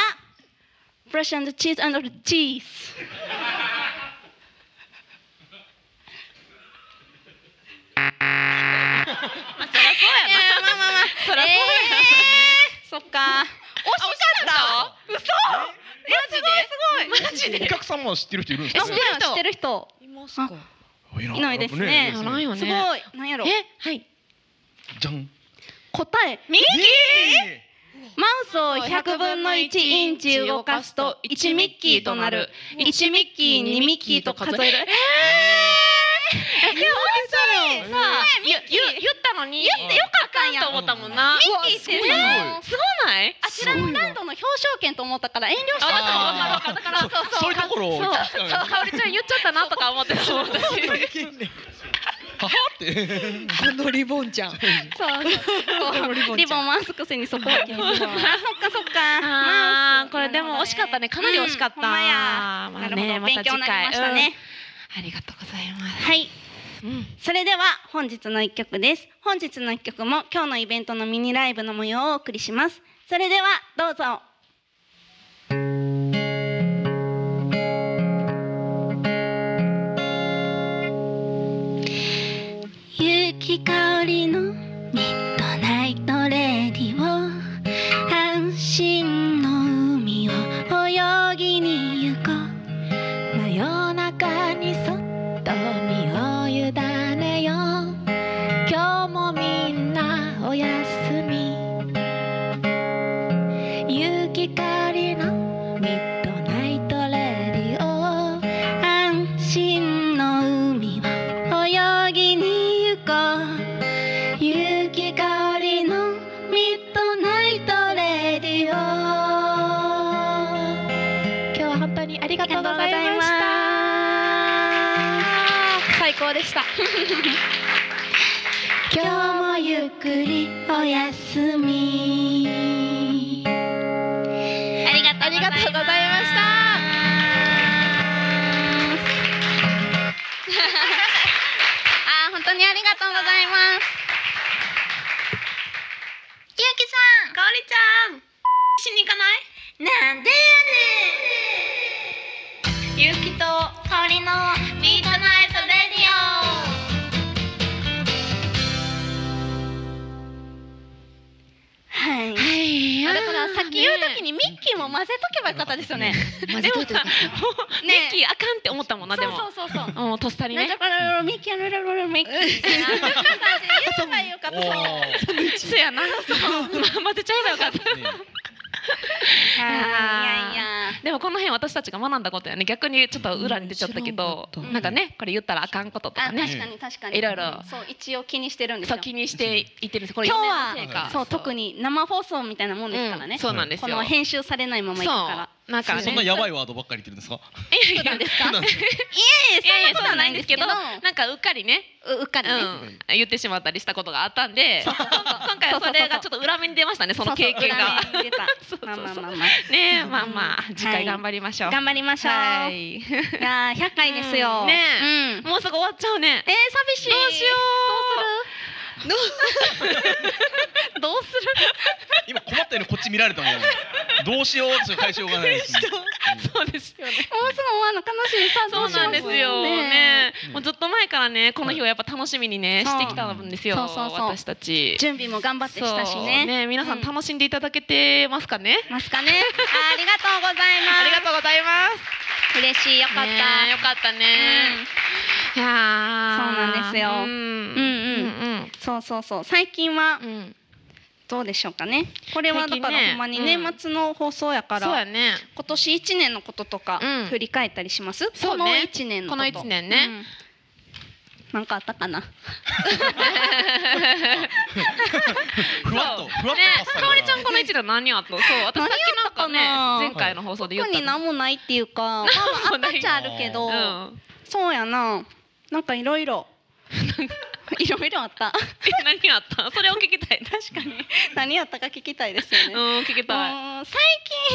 S1: ブラッシュチーズチーズ。まあまあ
S2: そりゃそうやな
S1: まあ、
S2: そりゃそうや
S1: そっか。惜しかった。嘘。え、すごいすごい。
S2: マジで
S3: お客さんも知ってる人いるんです
S1: あ
S3: か
S1: 知
S3: ね
S1: ってる人知ってる人。
S4: いますか。
S1: いないですね
S2: ならんよ
S1: すご
S2: ね
S1: い。なんやろ
S2: え。はい
S3: じゃん
S1: 答え。
S2: ミッキー
S1: マウスを100分の1インチ動かすと1ミッキーとなる1ミッキー2ミッキーと数える
S2: え、本当にさ、ゆゆ言ったのに言ってよか
S1: あかんやん
S2: と思ったもんな。
S1: ミッキーってね
S2: すごない？
S1: あちらのランドの表彰権と思ったから遠慮した
S2: あ、だからわかるわ
S1: わ
S2: かるだからそうそう。
S3: そういうところを
S2: そう
S3: 聞きたいよね
S2: かおりちゃん言っちゃったなとか思ってたもん私。
S3: ははって
S4: このリボンちゃん。
S1: そ うそう
S4: リボンちゃん
S1: リボン回すくせにそこは気にするわあそっかそっかマ
S2: あ
S1: ウ
S2: ー
S1: ス
S2: これでも惜しかったねかなり惜しかった
S1: うんほんまや
S2: ま
S1: な
S2: あ
S1: るほど
S2: ねまた
S1: 勉強になりましたね
S2: ありがとうございます。
S1: はい
S2: うん。
S1: それでは本日の一曲です本日の一曲も今日のイベントのミニライブの模様をお送りしますそれではどうぞゆきかおりのミッドナイトレディオ安心の海を泳ぎに行こう真夜中にそっと身を委ねよう今日もみんなおやすみゆきかおりのミッドナイトレディオ安心の海を泳ぎに行こう勇気香りのミッドナイトレディオ
S2: 今日は本当にあり
S1: あ
S2: が
S1: り
S2: とう
S1: がとう
S2: ご
S1: ござ
S2: ざ
S1: い
S2: いま
S1: ま
S2: した
S1: す
S2: 最高でした
S1: 今日もゆっくりおやすみありがとうございま
S2: ありがとうございました
S1: あー本当にありがとうございます。ゆうきさん、かおりちゃん、しに行かない？なんでやねん。ゆうきとかおりのミートナイトレディオ。はい。
S4: い
S1: だからさっき言うときにミッキーも混ぜとけばよかったですよね。
S4: 混ぜといてよかった
S2: ミッキーあかんって思ったもんなでも
S1: そうそうそうそう。
S2: もうとっさに
S1: なん
S2: ね
S1: かこのミッキーのロロロミッキーみたいな感じで言えばよかった。
S3: おー
S2: そやな 混ぜちゃえばよかった
S3: ね
S1: いやいや。
S2: でもこの辺私たちが学んだことやね逆にちょっと裏に出ちゃったけど
S4: うん知らんかった
S2: なんかねこれ言ったらあかんことと
S1: あ、
S2: かね
S1: 確かに確かに。
S2: いろいろ
S1: そう一応気にしてるんです
S2: そう
S1: よ。
S2: 気にしていってるんですこれ
S1: 今日は
S2: 四年生か
S1: そう特に生放送みたいなもんですから
S2: う
S1: ね
S2: ん。そうなんです
S1: こ
S2: よ
S1: の編集されないままいくから。
S2: そうなんかね
S3: そん なやばいワードばっかり言ってるんですか。
S2: いやいや
S1: なんです
S3: そう
S1: か？
S3: なんですね
S1: ええ
S2: いやい
S1: そ
S2: やそ
S1: んなこな
S2: んなこととないい
S1: ん
S2: ん
S1: で
S2: ですす
S1: け
S2: け
S1: ど
S2: ど、なんかうっかりね、
S1: ううっかりね。
S2: うん、言ってしまったりしたことがあったんで
S1: そうそうそう
S2: 今回はそれがちょっと裏目に出ましたねその経験が
S1: そうそう裏目に出た
S2: そうそう
S1: まあ
S2: そう
S1: まあまあま
S2: ねえまあまあ次
S1: はい
S2: 回頑張りましょう、
S1: あ。頑張りましょう。
S2: は いい
S1: やー100回ですよ。
S2: うん
S1: ね
S2: ね
S1: うん。
S2: もうすぐ終わっちゃうね
S1: えー、寂しい。
S2: どうしよ
S1: う。どうする？
S3: 今困ったようにこっち見られたもん。どうしようって解消がないですね。
S2: そうですよね
S1: もうすぐ終わるの悲しいさ。
S2: そうなんですよね
S3: うん
S2: もうずっと前からねこの日をやっぱ楽しみにね、
S1: はい
S2: してきたんですよ
S1: そうそうそう
S2: 私たち
S1: 準備も頑張ってしたし
S2: そう
S1: ね。
S2: 皆さ
S1: うん
S2: ん楽しんでいただけてますかね、
S1: ますかね。あありがとうございます。
S2: ありがとうございます
S1: う。 嬉しいよかった。
S2: ねえよかったね、いやー
S1: そうなんですよ
S2: うん
S1: うんそうそうそう。最近は
S2: うんうんうん
S1: どうでしょうかね。これはだ
S2: 最
S1: か
S2: 近
S1: ら
S2: ね
S1: ほんまに
S2: うん
S1: 年末の放送やか
S2: そうや
S1: ら。
S2: ね
S1: 今年一年のこととか
S2: うん
S1: 振り返ったりします。
S2: そ
S1: こ
S2: うね
S1: の一年のこと。
S2: この一年ね
S1: うん。なんかあったかな。
S3: ふわっとふわっ
S2: ね
S3: とパスさ
S2: かおり
S3: れ
S2: ちゃんこの一年何あったそう私さっきなんかね
S1: 何あったかな
S2: 前回の放送で言っ
S1: 特
S2: た
S1: になんもないっていうか、まあ まああったっちゃあるけど、
S2: うん
S1: そうやな。なんかいろいろ。 いろいろあった。
S2: え 何あったそれを聞きたい確かに
S1: 何やったか聞きたいですよね。
S2: うん聞きたい
S1: うん最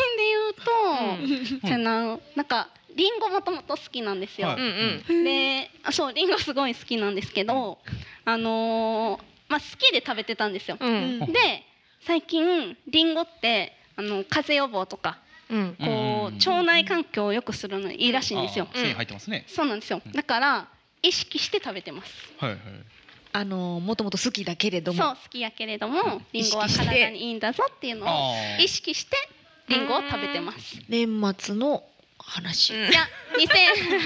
S1: 近で言うと、じゃあななんかリンゴもともと好きなんですよ。
S3: は
S2: うんうん
S1: であそうリンゴすごい好きなんですけど、あのーまあ、好きで食べてたんですよ。
S2: う
S4: うん
S2: ん
S1: で最近リンゴってあの風邪予防とか
S2: うん
S1: こう腸内環境を良くするのにいいらしいんですよ。
S3: 繊維入ってますね。
S1: そうなんですよ
S3: うん
S1: だから意識して食べてます。
S3: はいはい。
S4: あのもともと好きだけれ
S1: そ
S4: ど
S1: う
S4: も
S1: 好きやけれどもリンゴは
S4: 意識して
S1: 体にいいんだぞっていうのを
S3: あー
S1: 意識してリンゴを食べてます。
S4: 年末の話、
S2: うん
S1: いや、二千。違い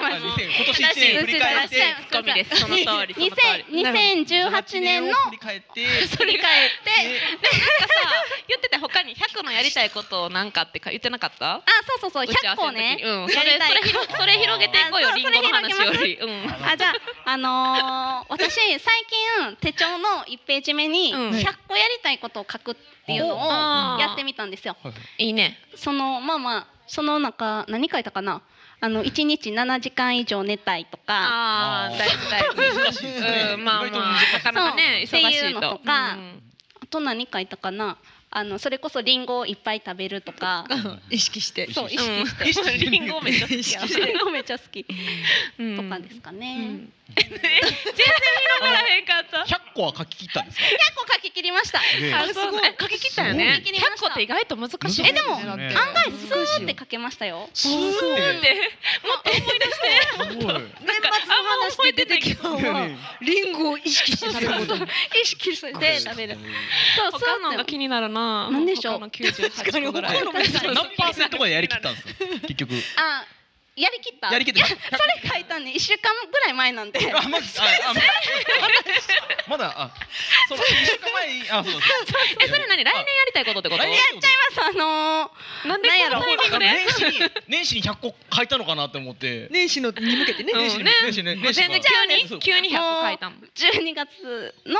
S1: ま
S3: あ
S1: す。
S3: 2000今年一年振り返って
S1: 違いま
S2: ツッコミですその通りその
S1: 二
S2: 通り
S1: 千、二千十八年の。
S3: 振り返って。
S1: 振り返って。
S2: なん
S3: で
S2: かさ言ってた他に100のやりたいことをなんかってか言ってなかった
S1: あ、そうそうそう、百個ね。
S2: うん、そ
S1: やり
S2: れ
S1: たい
S2: それ広それ広げていこう
S1: あ
S2: よ
S1: そう
S2: リンゴの話よ
S1: それ
S2: りうん
S1: あ、じゃあ、あのー、私、最近、手帳の一ページ目に、
S2: うん
S1: 百個やりたいことを書くっていうのを。
S2: あー
S1: やってみたんですよ。
S2: いいね
S1: その、まあまあ、その中、何書いたかな。あの、一日七時間以上寝たいとか。
S2: あ
S3: あ
S2: あ
S3: ー
S2: 大事大事
S3: 難しいですね。
S2: うんまあ
S3: 意外と
S2: ま
S3: 難
S2: あ
S3: しい
S2: なかなかね
S1: そう
S2: 忙し
S1: ってい
S2: いう
S1: のと
S2: と
S1: か
S2: うん
S1: あと、何書いたかな。あの、それこそ、リンゴをいっぱい食べると か。
S4: 意識して
S1: そう、意
S2: うん
S1: 識して。
S2: リンゴめっちゃ好きや
S1: リンゴめっちゃ好き。
S2: うん
S1: とかですか
S2: う
S1: ね。
S2: んえ全然広がらへんかった
S3: 100個個は書き切ったんですか
S1: 結構書き切りました。
S3: ねえ
S2: あ
S4: すごい
S2: そうね書き切ったよね。
S1: すごい
S2: 100個って意外と難しいで
S1: え
S2: すね。
S1: でも
S2: だって
S3: ね
S1: 案外スーって書けましたよ。
S3: スー
S2: なん
S3: っ
S2: でもっと思い出して。
S3: てすごい
S4: 年末の話で出てきたの
S3: いや
S4: は
S3: ね
S4: リンゴを意識して食べる こと
S1: 意識して食べる。そうそう
S2: 他のが気になるな。
S1: なんでしょう
S2: 他の98個ぐらい。
S3: 他
S1: のも気になる
S3: 何パーセントまでやりきったんですか結局
S1: あやりきった。
S3: やりきっ
S1: い
S3: た
S1: やそれ書いたんで一週間ぐらい前 なんで。
S3: あまだああまだあその一週間前にあそうそう
S2: えそれ何来年やりたいことってこと？
S3: 来年
S2: な
S3: やっちゃい
S1: あの
S2: んでこのタイミングで？
S3: 年始に年始に100個書いたのかなって思って
S4: 年始のに向けてね
S2: うん
S3: 年始に
S2: ね
S3: 年始ね
S2: 全
S3: 年
S2: 然
S3: 始か
S2: 急
S3: ら
S2: に急に100個書いたもん。
S1: 12月
S2: うん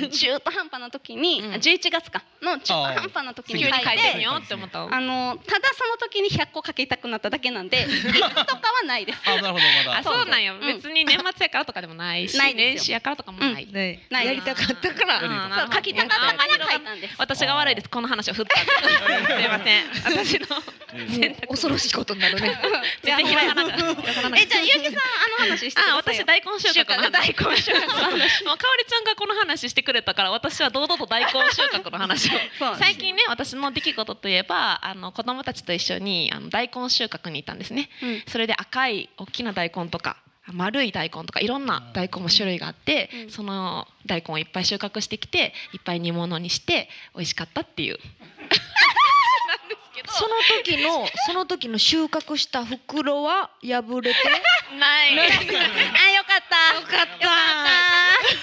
S1: の中途半端な時に、
S2: うん
S1: あ11月かの中途半端な時
S2: 急
S1: に
S2: に
S1: 書
S2: 書
S1: い
S2: い
S1: て。
S2: てみようって思った。
S1: あのただその時に100個書きたくなっただけ なんでいつとかはないです。
S3: あなるほどまだ
S2: あそうなんよ
S1: ん。
S2: 別に年末やからとかでもないし
S1: ない、ですよ
S2: 年始やからとかもない。
S4: ね
S1: ない
S4: やりたかったから
S3: やり
S2: あー
S1: そう
S2: なるほ
S3: た
S2: ど
S1: 書きたかったから書いたんです。
S2: 私が悪いです。この話を振ったん です。すいません。私の
S3: うん
S4: もう恐ろしいことになるね
S2: 全然開かなかった。 開かなかった
S1: えじゃあゆうきさんあの話してください
S2: あ
S1: よ。
S2: 私大根収穫の話
S1: 大根収穫の話
S2: もうかおりちゃんがこの話してくれたから私は堂々と大根収穫の話を
S1: そう
S2: 最近ね私の出来事といえばあの子供たちと一緒にあの大根収穫に行ったんですね
S1: うん
S2: それで赤い大きな大根とか丸い大根とかいろんな大根も種類があって、
S1: うん
S2: その大根をいっぱい収穫してきていっぱい煮物にして美味しかったっていうなんですけ
S4: その時のその時の収穫した袋は破れて
S2: ど ないもう
S1: あよかった。よかった。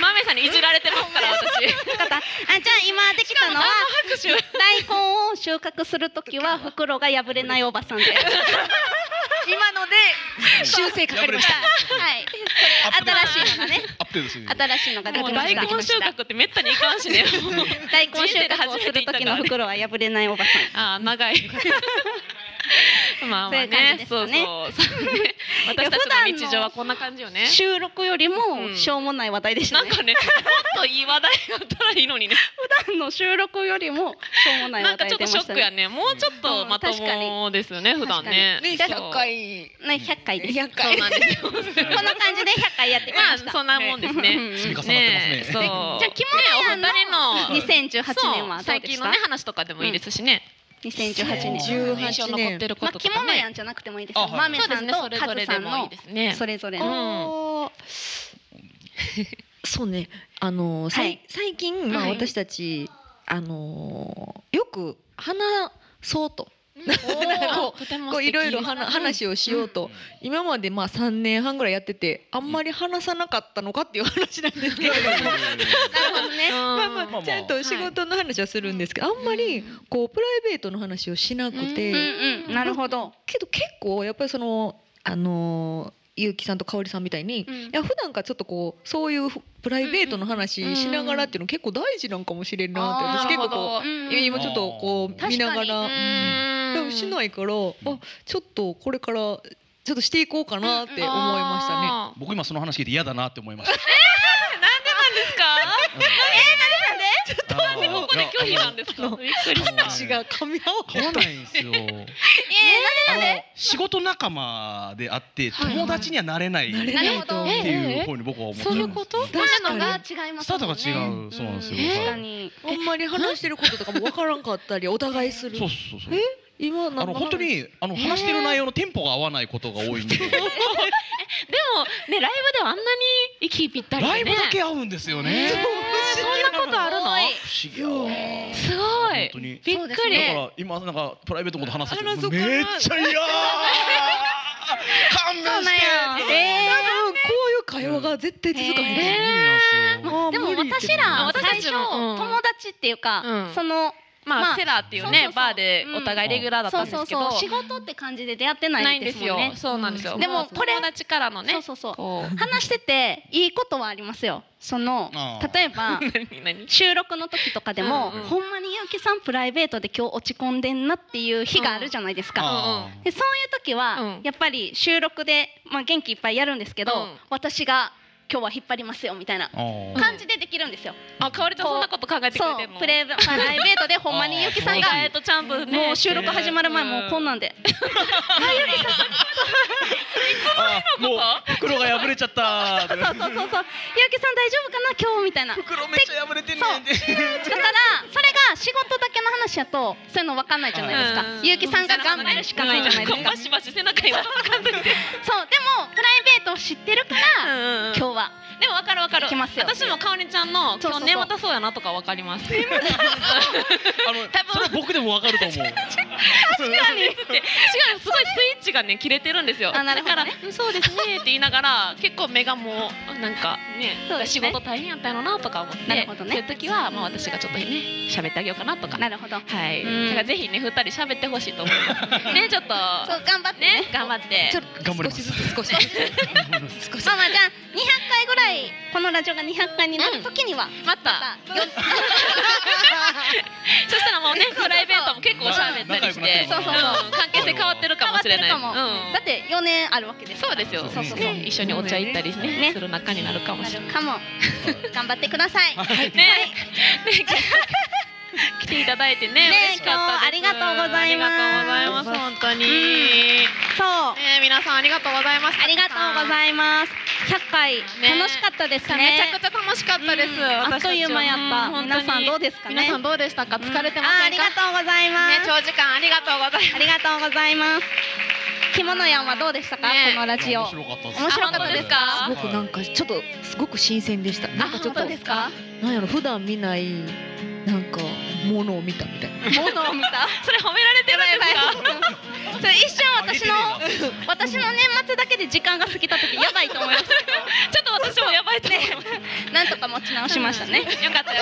S2: マメさんにいじられてま すから私
S1: よかった。あじゃあ今できたのは
S2: 拍手
S1: 大根を収穫するときは袋が破れないおばさん です。今ので
S4: 修正かかりました
S1: はい新しいのがね
S3: アップデートしてる
S1: 新しいのがで
S2: もう
S1: きま
S2: 大
S1: し
S2: 根
S1: た。
S2: 収穫ってめったにいかん しね。
S1: 大根収穫をする時の袋は破れないおばさん。
S2: ああ長い。 まあまあね、
S1: そ
S2: そう
S1: いう感じですかね
S2: うそう。そうね私たちの日常はこんな感じよね。
S1: 収録よりも
S2: うん
S1: しょうもない話題でし
S2: な
S1: た
S2: ん
S1: ね。
S2: かね、もっといい話題があったらいいのにね。
S1: 普段の収録よりもしょうもない
S2: な
S1: 話
S2: んか
S1: 題
S2: ち
S1: 出 ま
S2: ょっとショ
S1: し
S2: ッ
S1: た
S2: クや
S1: ね。
S2: ね。もうちょっとまともですよね、普段ね。
S4: ね
S2: そう
S4: 100回
S1: ね100回です。
S4: 100
S2: そう
S4: 回
S2: なんですよ。
S1: この感じで100回やってきまし
S2: まあ
S1: た。
S2: そんなもんですね。
S1: うん
S3: 積み重なってます
S2: ね
S3: ね
S2: そう。
S1: じゃあキモノヤ
S2: ねお二人の
S1: 2018年はどう
S2: 最
S1: で
S2: 近
S1: し
S2: の
S1: た
S2: ね？話とかでもいいですしね。
S1: 2018年。
S4: 18
S2: 印象残ってるこ
S1: まあ
S2: と
S1: キ
S2: と
S1: モ
S2: か
S1: ノ
S2: ね
S1: ヤ。ンじゃなくてもいいですよ。
S3: あはい
S1: マメ
S2: そうで
S1: さ
S2: す
S1: ん
S2: ね
S1: と
S2: それ
S1: カ
S2: ぞれ
S1: ズさ
S2: で
S1: ん
S2: もいい
S1: の
S2: ですね。
S1: それぞれ
S2: う
S1: の。
S2: ん
S4: おーそうねあのさい
S1: はい
S4: 最近まあ
S2: はい
S4: 私たちあのよく話そうとこ
S2: とても
S4: こ
S2: 素
S4: う
S2: 敵
S4: いろいろ話話をしようと今までまあ3年半ぐらいやっててあんまり話さなかったのかっていう話なんですけれども
S1: なるほどね。
S4: まあ
S2: まあ
S4: ま
S2: ま
S4: あ
S3: あ
S4: ちゃんと仕事の話はするんですけどあ
S2: あ
S4: んまりこうプライベートの話をしなく
S1: うん
S4: て
S1: うん。なるほど。
S4: けど結構やっぱりそのあのゆうきさんとかおりさんみたいに
S1: うん
S4: いや普段からちょっとこうそういうふプライベートの話しながらっていうの結構大事なんかもしれんなって
S1: うん
S4: 私結構
S2: なる
S4: こ
S2: ほ
S1: うん
S4: ういや今ちょっとこ
S3: 確
S4: う
S1: かに
S4: 見なが
S1: う
S4: らでもしないからあちょっとこれからちょっとしていこうかなって思いましたね。
S2: なん
S3: 僕今その話聞いて嫌だなって思いました
S2: でですか？
S3: えーなんでなんでちょっと
S2: ここで拒否なんですか？びっくりした。
S4: 話が噛み合わ
S3: 買わないんですよ。
S1: え
S3: あの仕事仲間であって
S2: はいはい
S3: 友達にはなれないっ
S1: ー、
S4: な
S1: な
S4: れ
S1: るほど。
S3: ていう方に僕は思っちゃ
S2: そうい
S3: ん
S2: う
S3: です
S2: こと？
S4: 確かに
S1: 違いま
S3: スタートが違うそうなんですよ
S1: 確
S3: は
S1: か
S3: い
S1: に。
S4: あんまり話してることとかも分からんかったりお互いする
S3: そうそうそう。
S4: え今
S3: あの本当にあの話してる内容のテンポが合わないことが多いんで、
S2: でもねライブではあんなに息ぴったり
S3: ライ
S2: でね。
S3: ブだけ合うんですよ
S2: えー
S3: ね。
S2: そんなことあるの？
S3: 不思議やわ
S1: えー
S2: すご
S3: 本
S2: い
S3: 当。に。
S2: びっ
S1: そうで
S2: く
S1: す
S2: り。
S3: だか
S1: ね
S3: ら今なんかプライベートのこと話す
S4: あらそ
S3: と
S4: こな
S3: めっちゃ嫌。勘
S1: そう
S3: 弁
S1: なん
S3: し
S1: や。
S3: て。
S4: 多
S1: えー
S4: 分こういう会話が絶対続か
S3: 無理
S4: へん
S1: え
S3: なんですよ。
S4: まあ
S1: でも
S4: 無理って
S1: 私ら
S2: 私
S1: 最
S2: た
S1: 初
S2: ちもうん
S1: 友達っていうか
S2: うん
S1: その
S2: ま
S1: ま
S2: あ
S1: あ
S2: セラーっていう
S1: そうそ
S2: ね
S1: うそう
S2: バーでお互いレギュラーだった
S1: そうん
S2: で
S1: そう
S2: すけ
S1: そ
S2: ど
S1: う仕事って感じで出会ってな
S2: ないいん
S1: で
S2: ですす
S1: もん
S2: よ
S1: ね。。
S2: そうなんですよ。
S1: でもこれ
S2: 友達からのね
S1: そう。そうそう。
S2: こう
S1: 話してていいことはありますよ。その
S3: あー
S1: 例え ば
S2: 何何
S1: 収録の時とかでも、
S2: うんうん
S1: ほんまにゆうきさんプライベートで今日落ち込んでんなっていう日があるじゃないですか。
S3: あー
S1: でそういう時は、
S2: うん
S1: やっぱり収録で、まあ、元気いっぱいやるんですけど、
S2: うん
S1: 私が今日は引っ張りますよみたいな
S3: あー
S1: 感じでできるんですよ。
S2: あかおりちゃんそんなこと考えてく
S1: そ
S2: れ
S1: う
S2: てんの？
S1: プレプライベートでほんまにゆうきさん
S2: 意
S1: が
S2: 外とちゃんとね
S1: もう収録始まる前もうこんなんで。あゆうきさん
S3: あーもう袋が破れちゃった
S1: そうそうそうそう。ゆうきさん大丈夫かな今日みたいな。だか
S3: 袋めっちゃ破れてんねんって
S1: らそれが仕事だけの話やとそういうの分かんないじゃないですか
S4: う。ん
S1: ゆうきさんが頑張るしかないじゃないですか。
S2: バシバシ背中に
S1: そうでもプライベートを知ってるから
S2: 今
S1: 今日は。
S2: でもわかるわかる
S1: いけますよ
S2: 私もかおりちゃんの
S1: そうそうそう
S2: 今日眠たそうやなとかわか りますで
S3: あのそれは僕でもわかると思う
S2: 違うすごいスイッチがね切れてるんですよ
S1: あなるほどね
S2: だからうんそうですねって言いながら結構目がもうなんかね
S1: そうです
S2: 仕
S1: ね
S2: 事大変やったやろなとか思って
S1: なるほどね
S2: そういう時はまあ私がちょっとね喋ってあげようかなとか
S1: なるほど。
S2: はい
S1: うん
S2: だからぜひね二人喋ってほしいと思いますねちょっと
S1: そう頑張ってね
S2: ね。頑張って
S4: ちょっと
S3: 頑張り
S4: 少
S3: ま
S4: し
S3: す
S4: ずつ少しずつ少しずつ
S1: まあまあじゃあ200回ぐらいこのラジオが200回になるときには。
S2: また
S1: またよ
S2: そしたらもうね
S1: そう
S2: プライベートも結構喋ったりして
S1: 仲良くなってる
S2: うん関係性変わってるかもしれない
S1: 変わってるか
S2: うん
S1: だって4年あるわけですか
S2: そう
S1: ら。
S2: ですよ。
S1: そうそうそう
S2: ね一緒にお茶行ったりね
S1: ね
S2: する仲になるかも
S1: な
S2: しれ
S1: るかも。頑張ってください。
S2: ない。ね、ね 来ていただいてね
S1: ね
S2: 嬉しかったです。
S1: 今日ありがとうございます
S2: ありがとうございます本当に。ね
S1: そう。あ
S2: 皆さんありがとうございます。
S1: りがとうご
S2: い
S1: ざいます。100回
S2: ね
S1: 楽しかったですね。
S2: めちゃくちゃ楽しかったです。
S1: うんあっという間やった。皆さんどう
S2: で
S1: ですかね。
S2: 皆さんどうでしたか。疲れてま
S1: ああ
S2: せん
S1: りが
S2: か。
S1: とうございま
S2: ね
S1: す。
S2: 長時間ありがとうございます。
S1: ありがとうございます。着物やんはどうでしたか、
S2: ね
S1: このラジオ。
S3: 面
S1: あ
S3: 白かった
S1: 面白かったですか
S2: あ
S4: すごくなんかちょっとすごく新鮮でした。なんかちょっと
S1: ですか。
S4: なんやろ普段見ないなんかものを見たみたいな。
S1: 物を見た。
S2: それ褒められてるんですか。
S1: それ一瞬私の私の年末だけで時間が過ぎた時やばいと思いましたけ
S2: ちょっと私もやばいと思います。
S1: ど、なんとか持ち直しましたね。
S2: よかったよかった。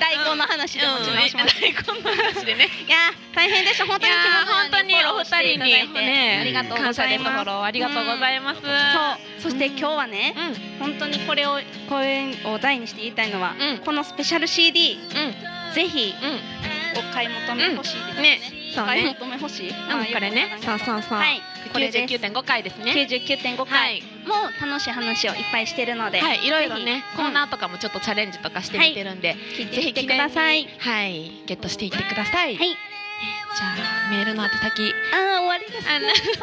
S1: 大根の話で持ち直しました。
S2: うんこんな話でね。
S1: いやー大変でした本当に着物
S2: いやー
S1: 屋
S2: 本当にお二人に
S1: フォローしていただいて
S2: ね
S1: ありがとうご
S2: 感謝
S1: ざ
S2: で
S1: い
S2: す
S1: ま
S2: フォ
S1: す。
S2: ローありがとうございます。
S1: そうそして今日はね、
S2: うん
S1: 本当にこれをこれを題にして言いたいのは、
S2: うん
S1: このスペシャル CD
S2: う
S1: ぜひ
S2: ん
S1: お買い求めほしいです
S2: う
S1: ね。
S2: んねそ
S1: お
S2: う
S1: 買い
S2: ね。
S1: 求めほしい。
S2: うんこれね
S1: そうそうそう。はい。これ
S2: 九
S1: で
S2: 十
S1: す
S2: 九。点五回ですね。
S1: 九十九点五
S2: は
S1: 回
S2: い
S1: も楽しい話をいっぱいしてるので、
S2: はいいろいろ
S1: ぜ
S2: ね
S1: ひ
S2: コーナーとかもちょっとチャレンジとかしてみてるんで、
S1: 聞いてみてください。
S2: はいゲットしていってください。
S1: はい
S2: じゃあメールの宛先ね
S1: ああ終わりですね。
S2: あの
S1: 寂し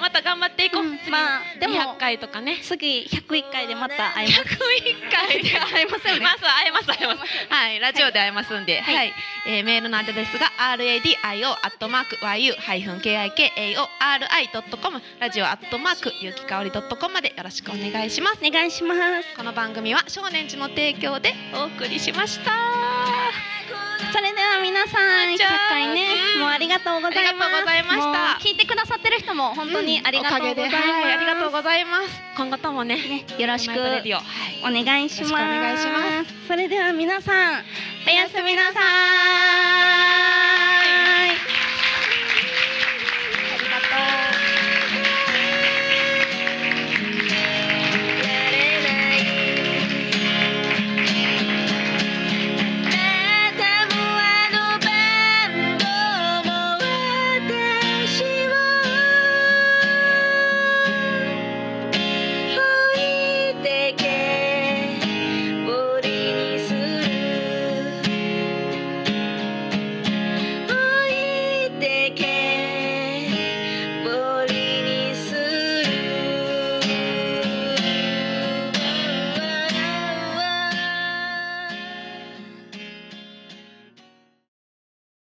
S2: また頑張っていこう。
S1: い。まあで
S2: で
S1: も
S2: も百回とかね。
S1: 次百一回でまた会えます。
S2: 百一回で
S1: 会えますよね
S2: ま。ず会えます会えます。はい、ラジオで会えますんで、
S1: は
S2: はいい、えーメールの宛ですが、r a d i o アットマーク y u ハイフン k i k a o r i ドットコムラジオアットマークゆきかおりドットコムまでよろしくお願いします。
S1: お願いします。
S2: この番組は少年寺の提供でお送りしました。
S1: それでは皆さん100
S2: じゃあ
S1: 回ね
S2: うん
S1: もうありがとうございます
S2: ありがとうございました
S1: もう聞いてくださってる人も本当にありがとうございます、
S2: おかげではい、ありがとうございます。今後ともね、
S1: ねよろしく
S2: マイブレディオ
S1: お
S2: はい
S1: 願いします
S2: よろしくお願いしま
S1: それでは皆さんおやすみなさい